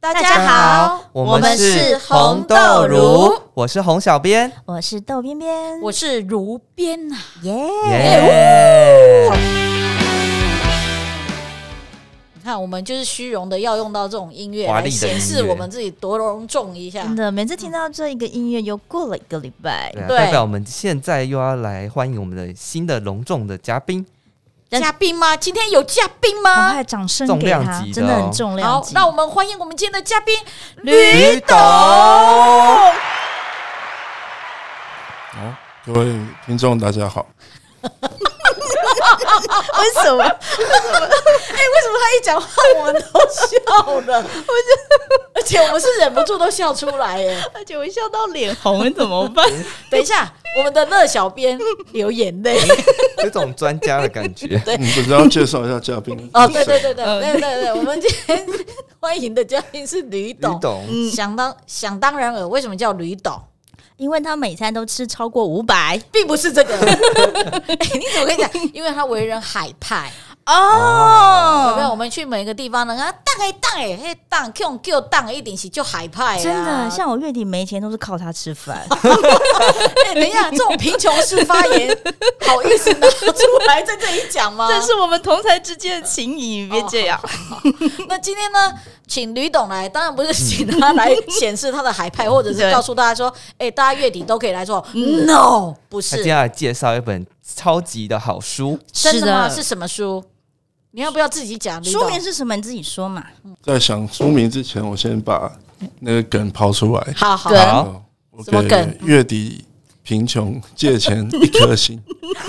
大家好，我们是红豆乳，，我是洪小编，我是豆边边，我是如边啊。耶、耶！你看，我们就是虚荣的要用到这种音乐华来丽的音乐显示我们自己多隆重一下真。的，每次听到这一个音乐，又过了一个礼拜对。啊，对代表我们现在又要来欢迎我们的新的隆重的嘉宾，嘉宾吗？今天有嘉宾赶吗？快掌声重给量他级，的真的哦很重量好级。，那我们欢迎我们今天的嘉宾吕董。好，各位听众大家好，为什么？为什么他一讲话我们都笑了？而且我们是忍不住都笑出 来耶！而且我笑到脸红，怎 么办？等一下，我们的乐小编流眼泪哎有种专家的感觉。你嗯不是要介绍一下嘉宾 哦，对对对对嗯对对对，我们今天欢迎的嘉宾是吕吕董，董，嗯想当想当然尔，为什么叫吕董？因为他每餐都吃超过五百并不是这个， 哎你怎么跟你讲？因为他为人海派，有没有？哦，我们去每个地方呢，啊，当哎当哎，嘿当 Q Q 当一定是就海派啊，真的，像我月底没钱都是靠他吃饭。哎、等一下，这种贫穷式发 言，好意思拿出来在这里讲吗？ 这是我们同台之间的情谊，别这 样。 那今天呢，请吕董来，当然不是请他来显示他的海派，或者是 对告诉大家说，哎、大家月底都可以来做。No，不嗯他今是天，来介绍一本超级的好书，真的吗？是什么书？你要不要自己讲？吕董书名是什么？你自己说嘛。在想书名之前，我先把那个梗抛出来。好好对好哦，我什么梗给月底贫穷借钱一颗星，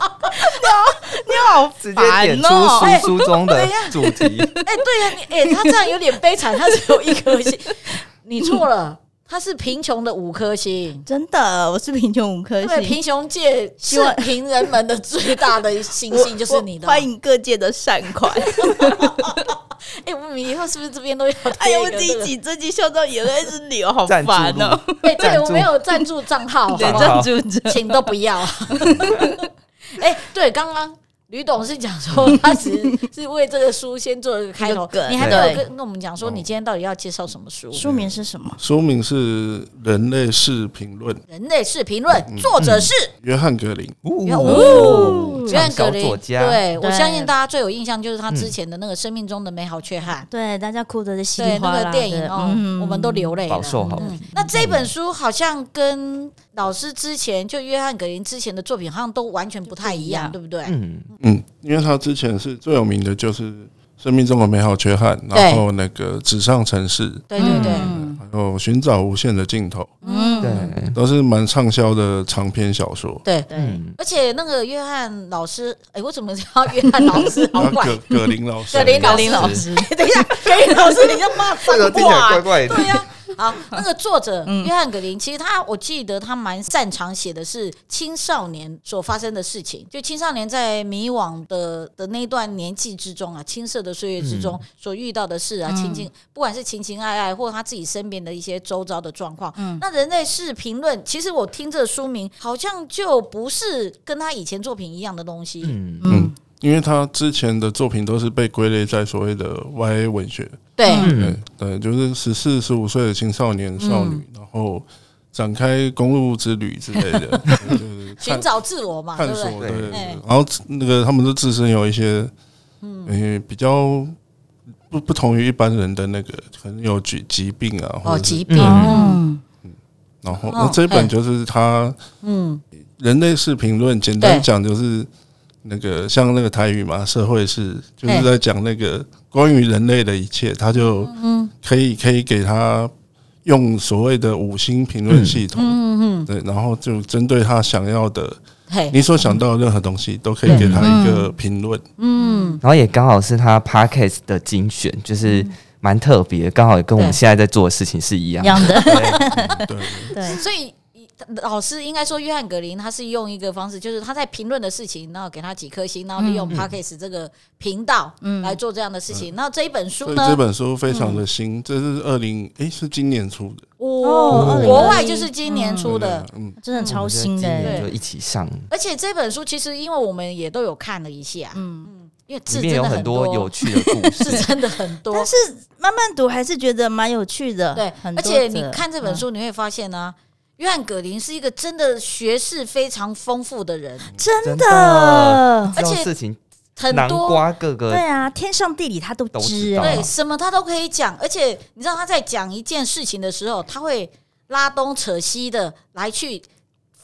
你好哦直接点出书哦哎书中的主题。哎、对呀、你哎、他这样有点悲惨，他只有一颗 星，你错了，他是贫穷的五颗星。真的，我是贫穷五颗对，星。贫穷界是希望贫人们的最大的星星，就是你的。我欢迎各界的善 款。哎、我们以后是不是这边都要贴一个、哎呀，我自这己个集这集笑到眼泪一直流，好赞助烦 哦。录哎，这赞个我助没有赞助账号，对好，不好赞助 者请都不要。 哎、对，刚刚吕董事讲说，他只是为这个书先做了一个开头一个，梗你还没有对跟跟我们讲说，你今天到底要介绍什么书？书名是什么？书名是《人类世评论》，人类是评论，作者是约翰格林。哦，约翰畅格销林作。家，对，我对相信大家最有印象就是他之前的那个《生命中的美好缺嗯憾》。对，大家哭的是稀里对哗那啦个的。电影哦，我们都流泪了饱。受好评。那这本书好像跟老师之前就约翰·格林之前的作品好像都完全不太一样，就对不对？嗯，嗯，因为他之前是最有名的就是《生命中的美好缺憾》，对然后那个《纸上城市》，对对对，嗯还有《寻找无限的尽头嗯，对，》，都是蛮畅销的长篇小说。对。对，嗯，而且那个约翰老师，哎，我怎么叫约翰老 师？好然后怪，葛葛林老 师，葛林高老林师。老师， 哎等一下，葛林老师，你要骂脏话。怪的对呀、好，那个作者约翰·格林，其实他我记得他蛮擅长写的是青少年所发生的事情，就青少年在迷惘的的那段年纪之中啊，青涩的岁月之中所遇到的事啊，情情不管是情情爱爱，或者他自己身边的一些周遭的状况。那人类是评论，其实我听这个书名好像就不是跟他以前作品一样的东西。嗯，嗯，因为他之前的作品都是被归类在所谓的 YA 文学，对，对嗯，对，就是十四、十五岁的青少年少女，然后展开公路之旅之类的， 就是寻探找自我嘛，对探不索，对？对，对对对哎然后那个他们都自身有一些，嗯，比较不不同于一般人的那个，可能有疾疾病啊，或哦，者是疾病，嗯嗯，然后哦那这嘿本就是他嗯，人类是评论，简单对讲就是那个像那个台语嘛，社会是就是嘿嗯在讲那个关于人类的一切，他就可以可以给他嗯用所谓的五星评论系统，嗯嗯，对，然后就针对他想要的嘿，你所想到的任何东西都可以给他一个 评论。嗯，然后也刚好是他 podcast 的精选，就是蛮特别，刚好也跟我们对现在在做的事情是一样嗯一。样的。对，对，所以老师应该说，约翰格林他是用一个方式，就是他在评论的事情，然后给他几颗星，然后利嗯用 Pockets 这个频道来做这样的事情。那这一本书所以呢嗯这，本书非常的新，这是二零诶是今年出的，哦哦，国外就是今年出的。对，嗯，真的超新的我们欸就今，年对就一起上，而且这本书其实，因为我们也都有看了一下，嗯，因为字里真面有的很多多有趣的故 字事。真的很多，但是慢慢读还是觉得蛮有趣的。对，很而多嗯且你的看这本，书，你会发现呢、约翰·葛林是一个真的学识非常丰富的人，嗯真真的的，这种而且事情很南多瓜各对个啊，天上地理他都都知知道欸，对什么他都可以讲，而且你知道他在讲一件事情的时候，他会拉东扯西的来去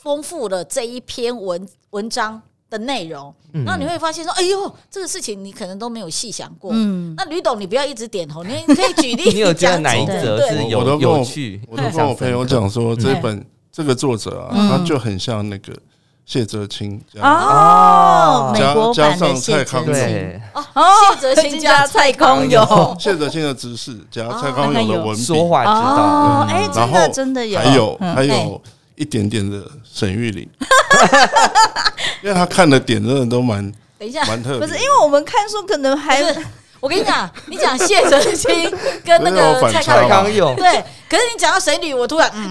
丰富了这一篇文文章的内容，嗯那、你会发现说，哎呦，这个事情你可能都没有细想过。嗯，那吕董，你不要一直点头，你你可以 举例，你有觉得哪一讲几个则对是对我有都跟我有趣？我都跟我朋友讲说，这本这个作者啊，嗯他就很像那个谢哲青这样，哦，啊哦美加国加版的上谢蔡哲康青永对，哦，谢哲金青 家加蔡蔡康康 永永谢哲青的知识加哦蔡康永的文笔，说话之道，哦，嗯哎，然真的后真的有，还有嗯还有一点点的沈玉琳， 因为他看的点真的都蛮等一下，蛮特别的，不是因为我们看书可能还不是我跟你讲，你讲谢哲青跟那不是有个反蔡差蔡康永，康永对，可是你讲到神女，我突然，嗯，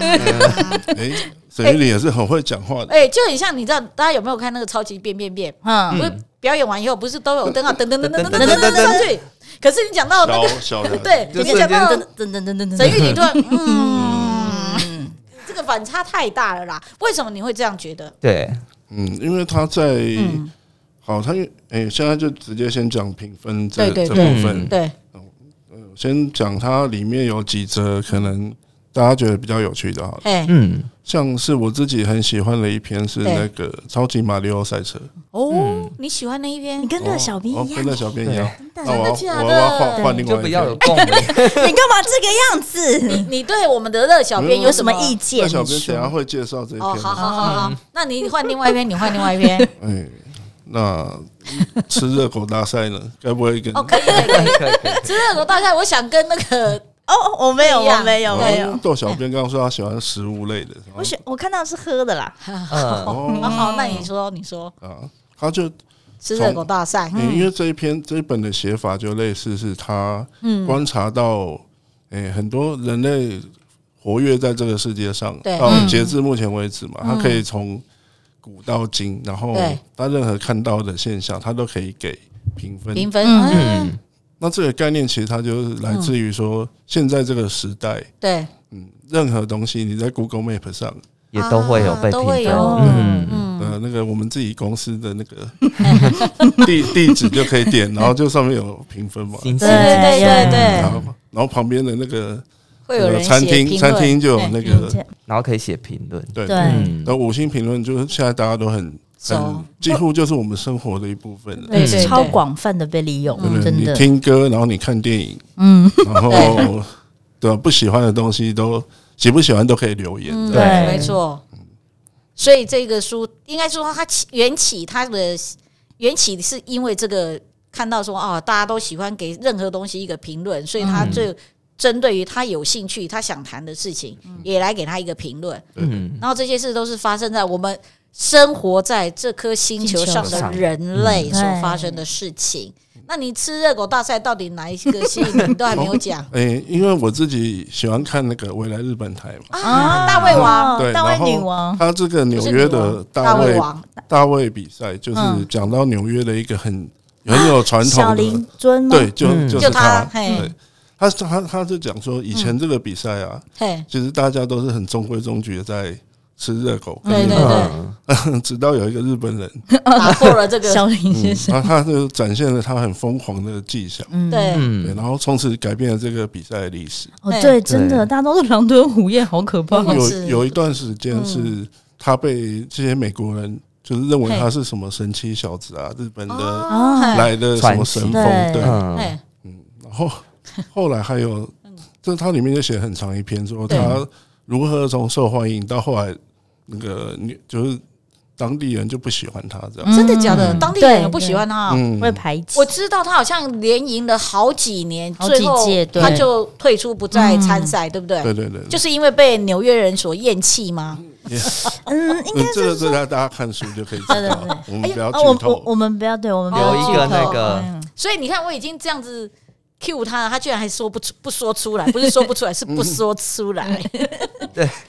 哎，沈玉琳也是很会讲话的，哎、就很像你知道，大家有没有看那个超级变变变？嗯不是表演完以后，不是都有灯啊，噔噔噔噔噔噔噔噔噔噔噔噔上去。可是你讲到那小哎个，小 的，对，就你瞬讲间到噔噔噔噔噔沈玉，你突然，嗯，这个反差太大了啦。为什么你会这样觉得？对，嗯，因为他在嗯好，他因为哎，现在就直接先讲评分这对对这对部嗯分，对，先讲它里面有几则可能大家觉得比较有趣的哈，哎，嗯，像是我自己很喜欢的一篇是对那个《超级马里奥赛车》，哦，你喜欢那一篇你？跟乐小兵哦一样跟，那小编一样，真那的哎我真的假要的我要换换另就外比一较有篇。共鸣。 你干嘛这个样子？ 你你对我们的乐小编没有有有什什么么意意见？那见？小你编说等一下会介绍这一哦，篇好，好好好，那你换另外一篇，你换另外一篇。哎，那吃热狗大赛呢？该不会跟哦，可以可以可以。吃热狗大赛，我想跟那个哦，我没有，不一样我没有，哦没有。豆小编刚刚说他喜欢食物类的，我选我看到是喝的啦，嗯，好哦好，那你说，你说啊，他就吃热狗大赛，欸因为这一篇这一本的写法就类似是他嗯观察到，诶、很多人类活跃在这个世界上，对到嗯截至目前为止嘛，他可以从古到今，然后对他任何看到的现象，他都可以给评分。评分，嗯，嗯，那这个概念其实它就是来自于说，现在这个时代，对，嗯，任何东西你在 Google Map 上，也都会有被啊都评会分有，嗯，呃，那个我们自己公司的那个 地地址就可以点，然后就上面有评分嘛。星星对对对呀然对，后然后旁边的那个嗯会有人餐写厅，评餐论厅就有那个嗯然后可以写评论，对对嗯那五星评论就是现在大家都很熟很几乎就是我们生活的一部分了。对，嗯超广泛的被利用对不，对？真你的，听歌，然后你看电影，嗯，然后 对不喜欢的东西都喜不喜欢都可以留言。嗯，对没错。所以这个书应该说它起缘起，它的缘起是因为这个看到说啊，大家都喜欢给任何东西一个评论，所以他嗯就针对于他有兴趣、他想谈的事情，也来给他一个评论。嗯，然后这些事都是发生在我们生活在这颗星球上的人类星嗯球所上发生的事情。那你吃热狗大赛到底哪一个吸引你都还没 有讲哦诶，哎因为我自己喜欢看那个《未来日本台》嘛，啊？大胃王哦对，大然卫女后王，他这个不纽是约女王的大大卫王，大卫比赛，就是嗯讲到纽约的一个很很有传小统的林尊吗？对，就、嗯就是就他嘿对，他他他是讲说以前这个比赛啊，嘿，其实大家都是很中规中矩的在吃热狗，对对对，嗯 直到有一个日 本人，打破 了这个小林先生，然后他就展现了他很疯狂的迹象，嗯，对。对，嗯，然后从此改变了这个比赛的历史。哦对对，真的，对大家都是狼吞虎咽，好可怕嗯。有是有一段时嗯间是他被这些美国人就是认为他是什么神奇小子啊，日本的哦嘿来的什么神风，传奇对，嗯，嘿 然后后来还有，嗯这它里面就写很长一篇，说他如何从受欢迎到后来那个女就是当地人就不喜欢他这样。真的假的？嗯当地人也对不喜欢他哦、嗯，会排挤我。知道他好像连赢了好几年，好几最后届对他就退出不再参赛，对不对？嗯对对对，就是因为被纽约人所厌弃吗？嗯，应嗯该是这个这个大家看书就可以知对对对道，我们不要啊我剧我透。我们不要对，我们不要有一个剧透那个嗯所以你看，我已经这样子 cue 他了，他居然还说不出不说出来，不是说不 出来，是不说出来。嗯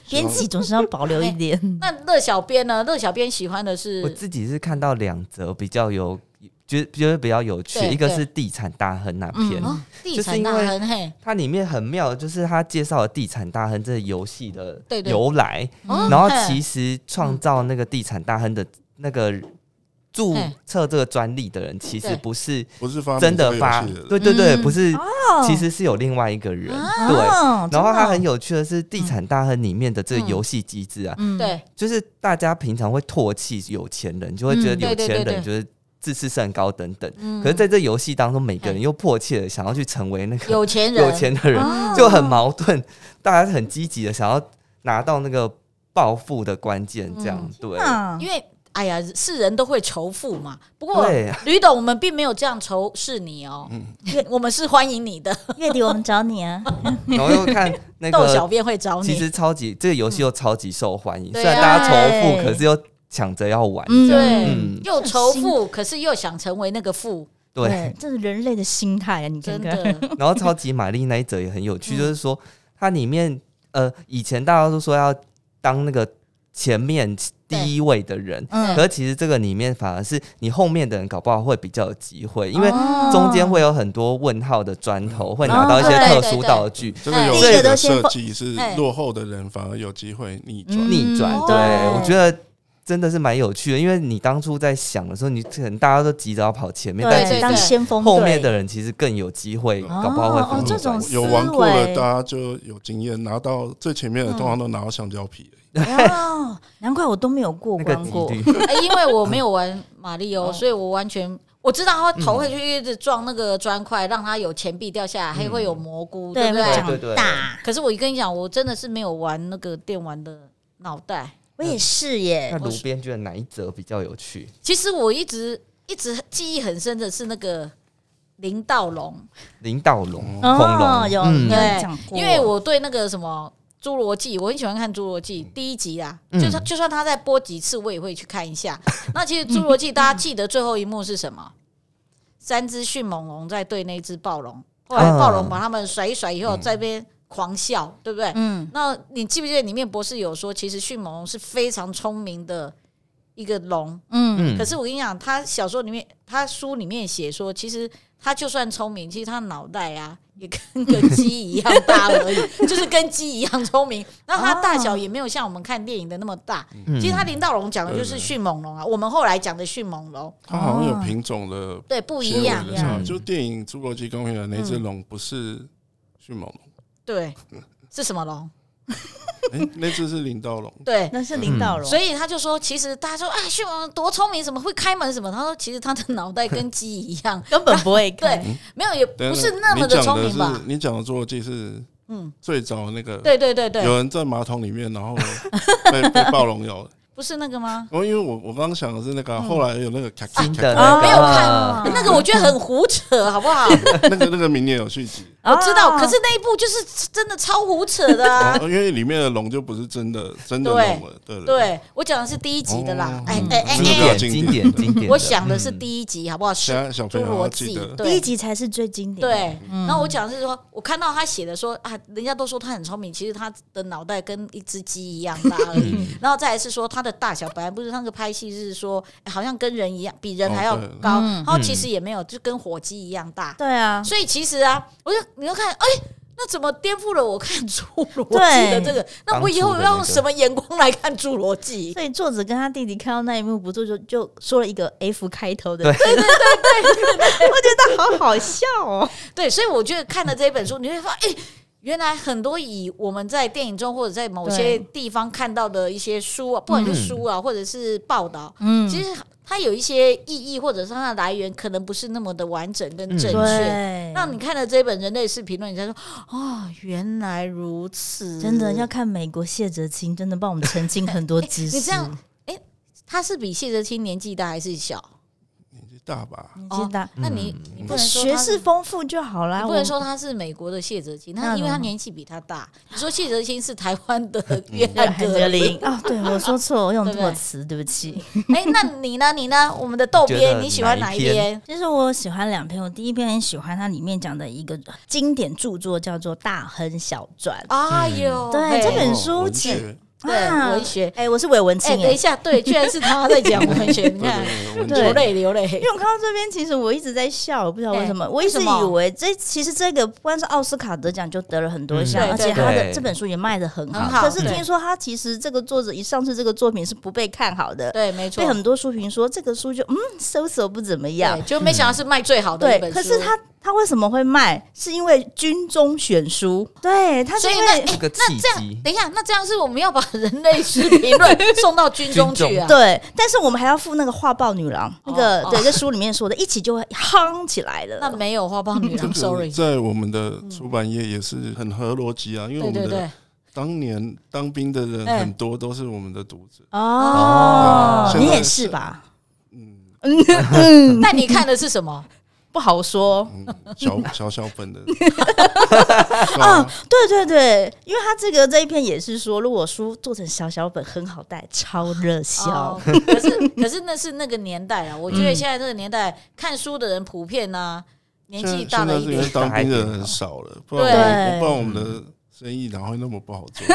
编辑总是要保留一点。那乐小编呢？乐小编喜欢的是我自己是看到两则比较有，觉觉得比较有趣，对一个对是地产大亨那篇。哦，地就是产因大为亨嘿，它里面很妙，就是他介绍了地产大亨这个游戏的对对由来，哦然后嘿嗯其实创造那个地产大亨的那个注嘿册这个专利的人，其实对不是不是发明真的这个游发戏的，人对对对，嗯不是，哦其实是有另外一个人，对。哦然后它真很的有趣的是，地产大亨里面的这个嗯游戏机制啊，嗯对就是大家平常会唾弃有钱人，就会觉嗯得有对对钱对对人就是自视甚高等等。嗯可是在这游戏当中，每个人又迫切的想要去成为那个有钱人哦有钱的人，哦就很矛盾。大家很积极的想要拿到那个暴富的关键，嗯这样对。啊因为哎呀，是人都会仇富嘛。不过 对吕董，我们并没有这样仇视你哦，嗯因为我们是欢迎你的。月底我们找你啊，然后又看 那窦小个，编会找其你，实超级这个游戏又超级受欢迎，对虽然大家仇啊富，可是又抢着要玩。嗯对，嗯又仇富，可是又想成为那个富，对，，这是人类的心态啊！你看真看，的。然后超级玛丽那一则也很有趣，嗯就是说它里面呃，以前大家都说要当那个前面第一位的人，嗯可是其实这个里面反而是你后面的人搞不好会比较有机会，因为哦中间会有很多问号的砖头，会拿到一些哦对特殊道具。这个游第一戏哎个都的先设放计是哎落后的人反而有机会逆转。嗯逆转嗯，对对我觉得真的是蛮有趣的，因为你当初在想的时候，你可能大家都急着要跑前面，但对其对，实当先锋队后面的人其实更有机会，搞不好会哦很这种有玩过思的维，大家就有经验，拿到最前面的通常都拿到橡胶皮而已。哦，难怪我都没有 过那个关过几，率。哎因为我没有玩马里奥，所以我完全我知道他头会去一直撞那个砖块，让他有钱币掉下来，还会有蘑菇，对不会讲对？对对对长大。可是我跟你讲，我真的是没有玩那个电玩的脑袋。我也是那耶，炉边觉得哪一则比较有趣？其实我一直一直记忆很深的是那个林道龙，林道龙、恐哦，龙，有嗯有对讲过，啊因为我对那个什么《侏罗纪》，我很喜欢看《侏罗纪》嗯第一集啊，就算就算他再播几次，我也会去看一下。 那其实《侏罗纪》，大家记得最后一幕是什么？三只迅猛龙在对那只暴龙，后哦来暴龙把他们甩一甩以后，在那边狂笑，对不对？嗯，那你记不记得里面博士有说，其实迅猛龙是非常聪明的一个龙，嗯嗯可是我跟你讲，他小说里面，他书里面写说，其实他就算聪明，其实他脑袋啊也跟个鸡一样大而已，就是跟鸡一样聪 明。那他大小也没有像我们看电影的那么大。哦嗯其实他林道龙讲的就是迅猛龙啊，我们后来讲的迅猛龙，它好像啊有品种的对，不纤一维样。的差别嗯就电影《侏罗纪公园》的那只龙不是迅猛 龙，对，是什么龙？哎，那只是领道龙。对。那是领导人，所以他就说，其实大家说，哎，迅猛龙多聪明，怎么会开门什么？他说，其实他的脑袋跟鸡一样，根本不会看对，没有也等不等是那么的聪明你讲吧的是？你讲的《侏罗纪》是嗯，最早那个，对对对对，有人在马桶里面，然后 被被暴龙咬。不是那个吗？然后因为我我刚刚想的是那个啊，嗯后来有那个咔咔新嗯的咔那个哦没有看啊 那个我觉得很胡扯，好不好？那个那个明年有续集。我知道，哦可是那一部就是真的超胡扯的 啊 哦。因为里面的龙就不是真的真的对龙了，对对，对我讲的是第一集的啦哦，哎哎哎这个比啊哎较经典经经典典经典的。我想的是嗯第一集，好不好？是现在小朋侏友罗要记纪得，第一对。集才是最经典的，对，嗯然后我讲的是说，我看到他写的说啊，人家都说他很聪明，其实他的脑袋跟一只鸡一样大而已。然后再来是说他的大小，本来不是那个拍戏是说、哎好像跟人一样，比人还要哦对高，嗯然后其实也没有，就跟火鸡一样大。对啊，所以其实啊，我就你要看，哎、那怎么颠覆了我看《侏罗纪》的这个？那我以后要用什么眼光来看《侏罗纪》？所以作者跟他弟弟看到那一幕，不就就就说了一个 F 开头的，对对对对对，我觉得好好笑哦。对，所以我觉得看了这一本书，你会发现，哎、原来很多以我们在电影中或者在某些对地方看到的一些书啊，不管是书啊，或者是报道，嗯其实它有一些意义，或者是它的来源可能不是那么的完整跟正确。嗯对，那你看了这本《人类是评论》，你才说哦，原来如此， 真的要看美国谢哲青，真的帮我们澄清很多知识。你这样，哎、他是比谢哲青年纪大还是小？年纪大吧？年纪大，嗯那你你哦不能说学他识丰富就好啦。你不我能说他是美国的谢哲青，那他因为呢他年纪比他大。你说谢哲青是台湾嗯 的约翰海格德林，林 啊，对我说错，我用对不对错词，对不起。哎，那你呢？你呢？我们的豆觉边得你喜欢哪哪一一边？其实我喜欢两篇，我第一篇很喜欢它里面讲的一个经典著作，叫做《大亨小传》。哎呦，嗯对嘿这本哦书文其学对啊文学哎，我是韦文清哎，哎等一下，对，居然是他在讲文学，你 对看对对，文流学泪流泪 因。为我看到这边，其实我一直在笑，我不知道为什么，对我一直为什么以为这其实这个不光是奥斯卡得奖就得了很多项，嗯而对且他对的对这本书也卖的很好。很好可是对听说他其实这个作者一上市这个作品是不被看好的，对，没错被，很多书评说这个书就嗯收手不怎么样对，。就没想到是卖最好的一本对，书。可是他他为什么会卖？是因为军中选书，对，他是所以因那为这个哎那契这机样，等一下，那这样是我们要把人类史评论 送到军中去啊？对，但是我们还要付那个画报女郎那个哦哦对，这书里面说的，一起就会夯起来那了。没有花豹女这 郎个，sorry。在我们的出版业也是很合逻辑啊，因为我对们嗯对的对，当年当兵的人哎很多都是我们的读者，哦哦，你现在也是是吧？嗯那你看的是什 么？不好说。嗯，小小小 本的啊哦啊，对对对，因为他这个这一篇也是说，如果书做成小小本很好带，超热销哦。可是可是那是那个年代啊，我觉得现在这个年代看书的人普遍啊，年现纪在大嗯现了在一是因为点。当兵的人少了，不然对我不然我们的生意哪会那么不好做？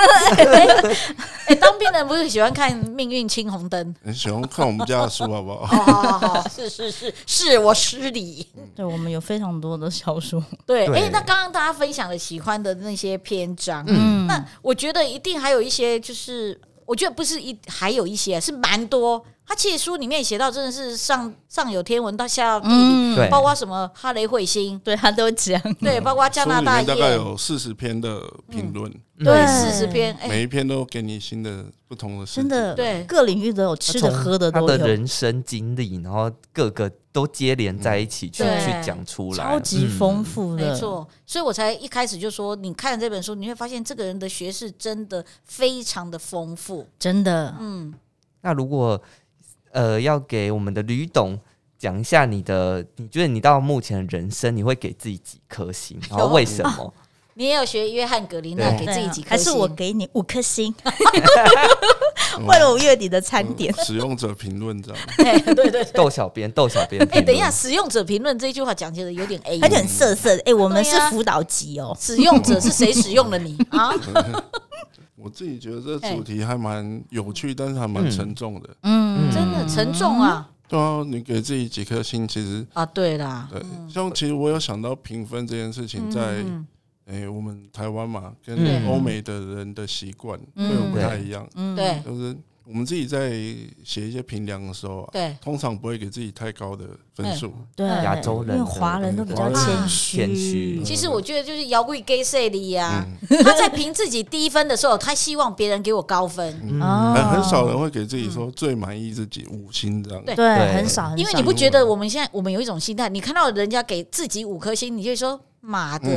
哎，当兵的人不是喜欢看《命运青红 灯很喜欢看我们家的书，好不》？好？哦，好好好， 是是是，是我失礼。嗯对，我们有非常多的小说，对，对哎，那刚刚大家分享的喜欢的那些篇章，嗯，那我觉得一定还有一些，就是我觉得不是一，还有一些是蛮多。他其实书里面写到，真的是上上有天文到下有地嗯理，嗯对包括什么哈雷彗 星，对他都讲，对，包括加书拿里大嗯雁面大概有四十篇的评论，对四十篇，哎，每一篇都给你新的不同的世界真的，对各领域都有，吃的从喝的他都的有，人生经历，然后各个都接连在一起去嗯对去讲出来，嗯超级丰富的，没错，所以我才一开始就说，你看这本书，你会发现这个人的学识真的非常的丰富。真的。嗯，那如果呃要给我们的吕董讲一下你的，你觉得你到目前人生你会给自己几颗星，然后为什么？ 你也有学约翰格林纳对给自己几颗啊还星，是我给你五颗星，为了我月底的餐点。嗯使用者评论这样，哎对对。逗小编，逗小编评哎，论，等一下，使用者评论这句话讲起来有点 A，而且很涩涩的，哎、我们对是呀辅导级哦，使用者是谁使用了 你啊？ 我自己觉得这主题还蛮有趣，但是还蛮沉重的。嗯，真的沉重啊！对啊，你给自己几颗星，其实啊，对啦，对，像其实我有想到评分这件事情在，嗯诶我们台湾嘛，嗯跟欧美的人的习惯会嗯有不太一样，嗯对就是我们自己在写一些评量的时候啊，对通常不会给自己太高的分数，对，亚洲人因为华人都比较谦虚，谦虚其实我觉得就是摇滚 gay 社里呀，嗯，他在评自己低分的时候，他希望别人给我高分，嗯哦很很少人会给自己说最满意自己五星这样，嗯对对，对很少，很少因为你不觉得我们现在我们有一种心态，你看到人家给自己五颗星，你就会说妈的，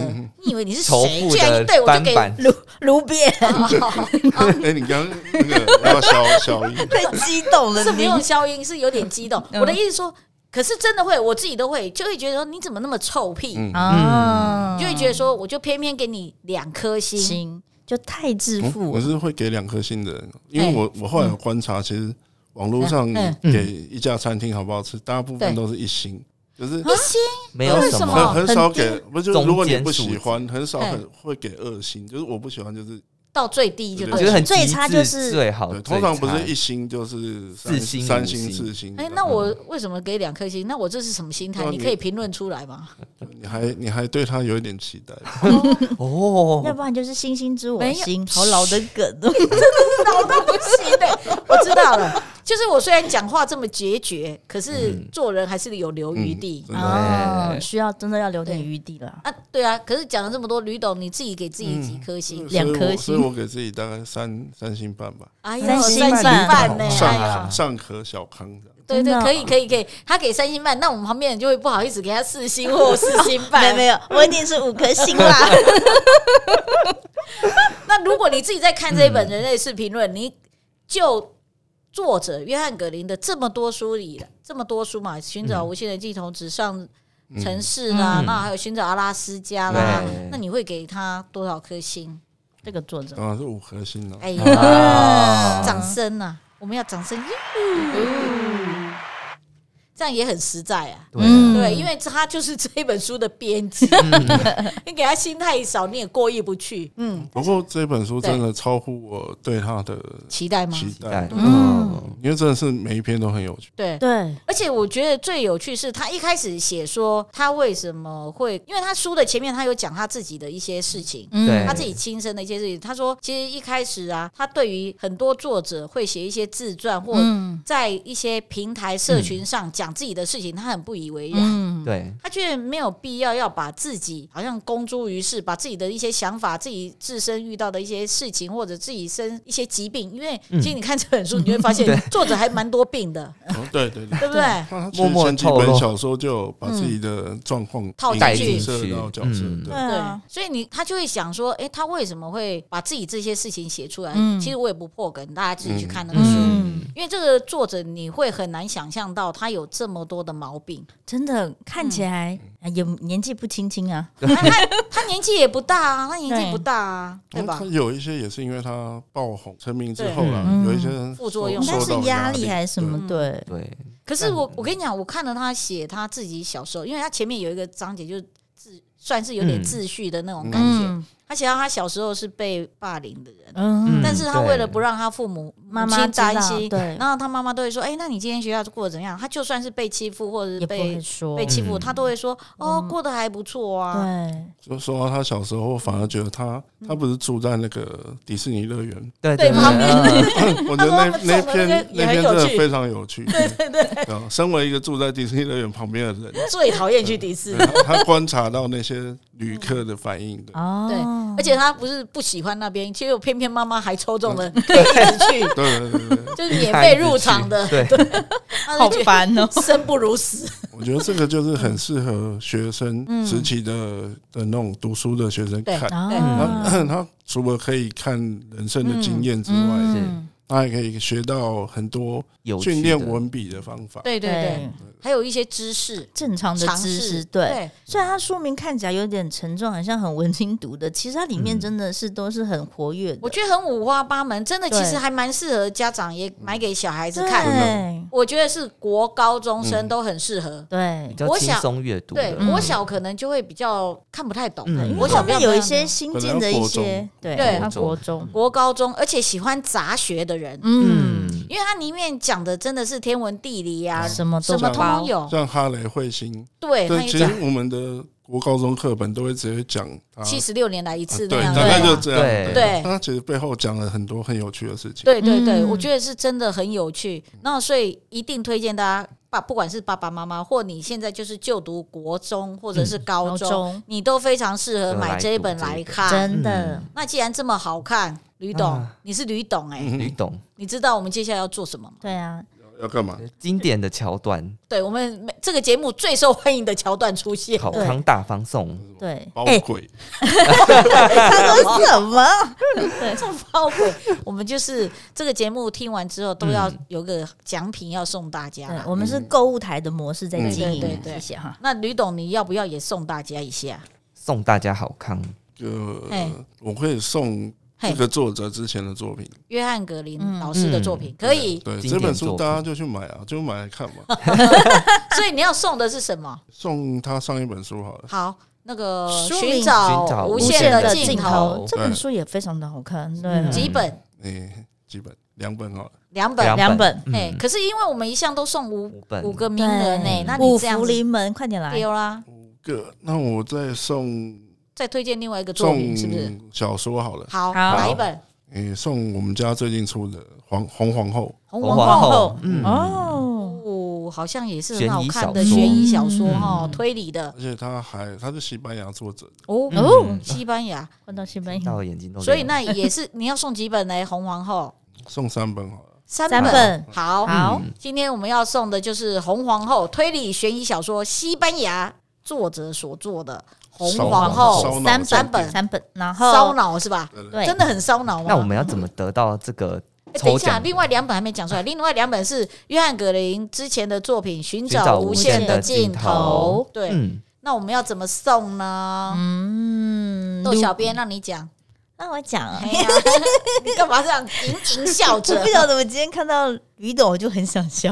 你以嗯为你是仇谁？富居然一的对我就翻给版， 卢卢边 哎，你刚刚那个要不要消消音， 被激动 了，是不你用消音，是有点激 动。我的意思说，可是真的会，我自己都会，就会觉得说你怎么那么臭屁，嗯啊，就会觉得说我就偏偏给你两颗星，行，就太自嗯负我了，是会给两颗星的人，因为哎我我后来有观察，其实网络上嗯给一家餐厅好不好吃，大部对分都是一星，就是一星没有为什什么么很很少给，不是就中是如果你间不数喜字欢，很少哎很会给二星，就是我不喜欢就是到哦最低就对我对觉了得。很最极差致就是最好对，，哦最通常不差是一星就是四三星三五星、星四星的。哎，那我为什么给两颗星？那我这是什么心态？对啊你你可以评论出来吗？ 你还你还对他有一点期待，要哦，不然就是星星知我没有心，好老的 梗哦，老到不行的，我知道了。就是我虽然讲话这么决绝，可是做人还是有留余地嗯真的哦对需要真的要留点对余地了。啊。对啊，可是讲了这么多，吕董你自己给自己几颗星？两颗嗯所以我所以星我给自己大概三三星半吧，哎呦，三星星半半呢？上哎呀啊上可小康这样。对对真，的可以可以可以，他给三星半，那我们旁边人就会不好意思给他四星或四星没半。 没有，我一定是五颗星啦。那如果你自己在看这一本人类式评论，你就作者约翰·葛林的这么多书里，这么多书嘛，《寻找无限的尽头》指上城市啦，嗯那还有《寻找阿拉斯加》啦对，那你会给他多少颗星？ 这个作者当然是五颗星了、哎啊呀，掌声啊！我们要掌声，哟这样也很实在啊。对嗯对，因为他就是这本书的编辑， 你给他心太少，你也过意不去。嗯，不过这本书真的超乎我对它的期待吗？期期待待，嗯，因为真的是每一篇都很有趣。对。对而且我觉得最有趣是他一开始写说他为什么会，因为他书的前面他有讲他自己的一些事情，对嗯他自己亲身的一些事情。他说，其实一开始啊，他对于很多作者会写一些自传或嗯在一些平台社群上讲自己的事情，他很不以为然。嗯对，他觉得没有必要要把自己好像公诸于世，把自己的一些想法、自己自身遇到的一些事情，或者自己身一些疾病，因为嗯其实你看这本书，你会发 现作者还蛮多病的，哦，对对对。对不对？ 那他其默实默前几透本露小说就有把自己的状况套影进去影射到角色，嗯对对对啊，，所以你他就会想说，诶，他为什么会把自己这些事情写出来？嗯其实我也不破梗，大家自己去看那个书。嗯，因为这个作者，你会很难想象到他有这么多的毛病。 真的看起来啊也年纪不轻轻啊，他他他年纪也不大啊，他年纪对不 大啊，对吧他？有一些也是因为他爆红成名之后啦，嗯对有一些人副作受用应该受是到压力力还是什么？对，对，可是嗯我我跟你讲，我看了他写他自己小时候，因为他前面有一个章节就是自算是有点嗯自序的那种嗯感觉。嗯他写到他小时候是被霸凌的人，嗯，但是他为了对不让他父母妈母妈亲知道担心，对，然后他妈妈都会说：“哎、那你今天学校过得怎样？”他就算是被欺负或者也是不会被说嗯被欺负，嗯他都会说：“哦，过得还不错啊。对，就说到他小时候，反而觉得他他不是住在那个迪士尼乐 园，对对旁边 边我觉得那那篇也那很篇真有的趣非常有趣。对对对，啊身为一个住在迪士尼乐园旁边的人，最讨厌去迪士尼，对他他观察到那些旅客的反应的，哦，而且他不是不喜欢那边，结果偏偏妈妈还抽中了，可以一直去，对对对对对， 就是免 费入场的， 对，他就觉得烦 哦生不如死。我觉得这个就是很适合学生时期的的那种读书的学生 嗯对嗯看。啊， 他他除了可以看人生的经验之嗯外，是他还可以学到很多有趣训的练文笔的方法。 对对对对，，还有一些知识正常的尝试知识，对。虽然它书名看起来有点沉重，好像很文青读的，其实它里面嗯真的是都是很活跃的。我觉得很五花八门，真的对其实还蛮适合家长也买给小孩子看。对我觉得是国高中生都很适合。比对较我轻想松阅读对的，，嗯国小可能就会比较看不太懂，嗯因国为小后比较面不有一能些新本来进的要一国些中，对，对它国中，国高中，而且喜欢杂学的人，嗯，嗯，因为它里面讲的真的是天文地理呀、什么都什么通包通有。像哈雷彗星，哦对，他对，也其实讲我们的国高中课本都会直接讲他，七十六年来一啊次那对，样大的概就话。这样。对对他其实背后讲了很多很有趣的事情。对对对，嗯我觉得是真的很有趣。那所以一定推荐大家，爸不管是爸爸妈妈，或你现在就是就读国中或者是高嗯高中，中你都非常适合就来买这一读本这一来本看。真的那既然这么好看，吕董，啊你是吕董哎、嗯你懂你知道我们接下来要做什么吗？对啊，要干嘛？经典的桥段，对我们每这个节目最受欢迎的桥段出现，好康大方送，对，包哎鬼，他说什么？包括我们就是这个节目听完之后都嗯要有个奖品要送大家对啦。，我们是购物台的模式在嗯经对对营，对谢谢哈。那吕董，你要不要也送大家一下？送大家好康，嘿呃，我会送嘿这，个作者之前的作品。约翰格林嗯老师的作品、可以，对，经典这本作书品大家就去买啊， 就买来看嘛。 所以你要送的是什么？送他上一本书好了，好，那个书名寻找寻找无无限限的的尽尽头头嗯这本书也非常的好看，对，嗯几本？诶，哎几本，两本好了。两本。两本哎、嗯，可是因为我们一向都送五五本五个名额呢对，那五你这样福子临门，快点来，丢啦，五个，那我再送再推荐另外一个作送品是不是？小说好了。好，好哪一本？诶，送我们家最近出的《黄红皇后红红皇皇后后，嗯，哦，哦，好像也是很好看的悬悬疑疑小小说说哈、嗯推理的》，而且他还他是西班牙作者，哦嗯哦，西班牙，换到西班到牙我眼睛都亮了，所以那也是你要送几本呢？红皇后送三 本好了。三三本，嗯本，嗯好。好，今天我们要送的就是《红皇后》推理悬疑小说，西班牙作者所做的《红皇烧后脑》三三本三本，然后烧脑是吧？对对对，真的很烧脑吗？那我们要怎么得到这个哎等抽一下，奖另外两本还没讲出来，另外两本是约翰·格林之前的作品《寻寻找找无无限限的的尽尽头头》。对，嗯，那我们要怎么送呢？嗯，豆如小编让你讲，那我讲啊哎，呀 你干嘛这样盈盈笑 我着不？晓得，我今天看到吕董，我就很想 笑。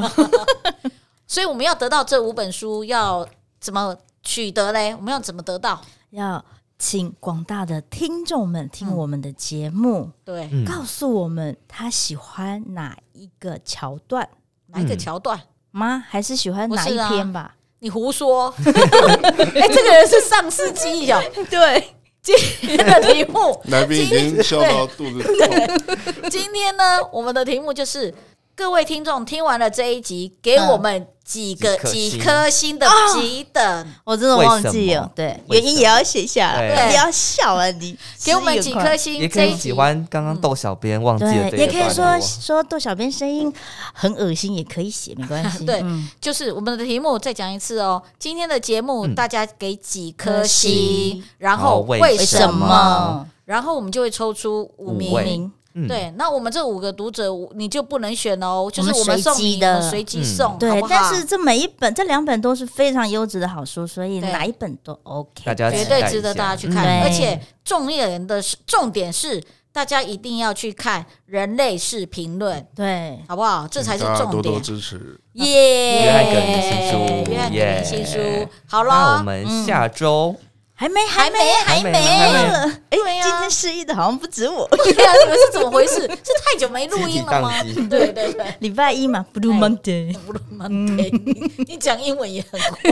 所以我们要得到这五本书，要怎么取得嘞？我们要怎么得到？要请广大的听众们听我们的节目，对，嗯告诉我们他喜欢哪一个桥段哪一个嗯桥段？吗？还是喜欢哪一不是篇啊 吧？你胡说！哎、这个人是上世纪哦，对，今天的 题目，来宾已经笑到肚子痛，今天呢，我们的题目就是各位听众听完了这一集，给我们几个、嗯几几颗星颗星的几等，我真的忘记为什了么，对，为原什么因也要写下来，对不要笑啊你，给我们几颗心。星。也可这一以集喜欢刚刚豆小编忘记了对，这也个可以段说落，说杜小编声音很恶心，也可以写，没关系。对嗯就是我们的题目，再讲一次哦。今天的节目，嗯大家给几颗颗星星，然后哦为为为什什么么？然后我们就会抽出五五名。位明嗯，对，那我们这五个读者，你就不能选哦，就是我我们们随送机你，的我们随机嗯送，好对不，好但是这每一本这两本都是非常优质的好书，所以对哪一本都 OK。大家期绝待对一值得下大家去嗯看。对而且重点的是重点是，大家一定要去看《人类是评论》，对，好不好？这才是嗯大家重多多点。支持。耶！约翰格林的新书约翰格林的新耶书，好那我 啦，们下周还没，还没还没没，还没了。哎对，呀今天失忆的好像不止我，对啊，你们是怎么回事？是太久没录集体音了吗宕？机对对对。 礼拜一嘛，Blue Monday。不 Monday，你嗯你讲英文也很快。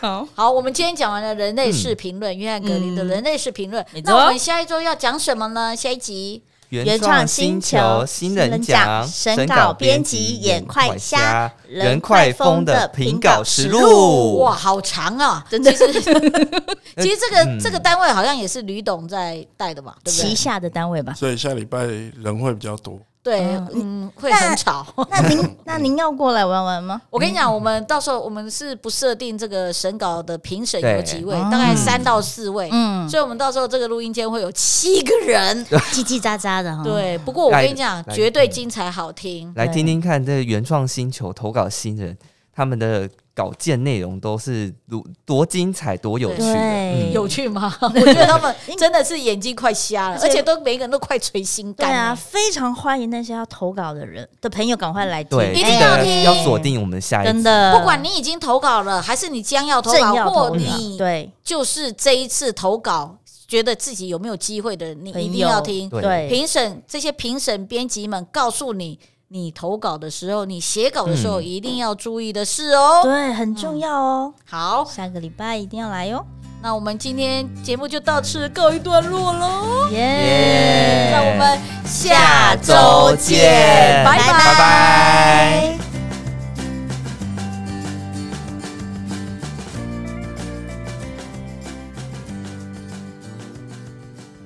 好 好，我们今天讲完了人类是评论，约翰格林的嗯人类是评论没。错那我们下一周要讲什么呢？下一集原原创创星星球球新新人人奖奖审审稿稿编编辑辑眼眼快快虾虾人人快快风风的的评评稿稿实实录录哇，。好长啊！哦真的其实 其实这嗯个这个单位好像也是吕董在带的嘛，对不旗对？下的单位吧。所以下礼拜人会比较多，对嗯，嗯，会很吵。那嗯您那您要过来玩玩吗？我跟你讲，我们到时候我们是不设定这个审稿的评审有对几位，嗯大概三到四位，嗯，所以我们到时候这个录音间会有七个人。叽叽喳喳的哈。，对，不过我来跟你讲，来绝对精彩好听。来听听看，这个原创星球投稿新人他们的稿件内容都是多多精彩、多有趣的。对嗯有趣 吗？我觉得他们真的是眼睛快瞎了，而且而且都每个人都快垂心对肝啊，了。非常欢迎那些要投稿的人的朋友，赶快来听。对，一记定要得听要锁定我们下一集真。的，不管你已经投稿了，还是你将要投正稿，要投或稿你对就是这一次投稿，觉得自己有没有机会的人，你朋一友定要听。对哎对，评审这些评审编辑们告诉你，你投稿的时候，你写稿的时候嗯一定要注意的事哦。对很重要哦。好，下个礼拜一定要来哦哟，那我们今天节目就到此告一段落喽。耶！耶那我们下下周周见见，拜拜拜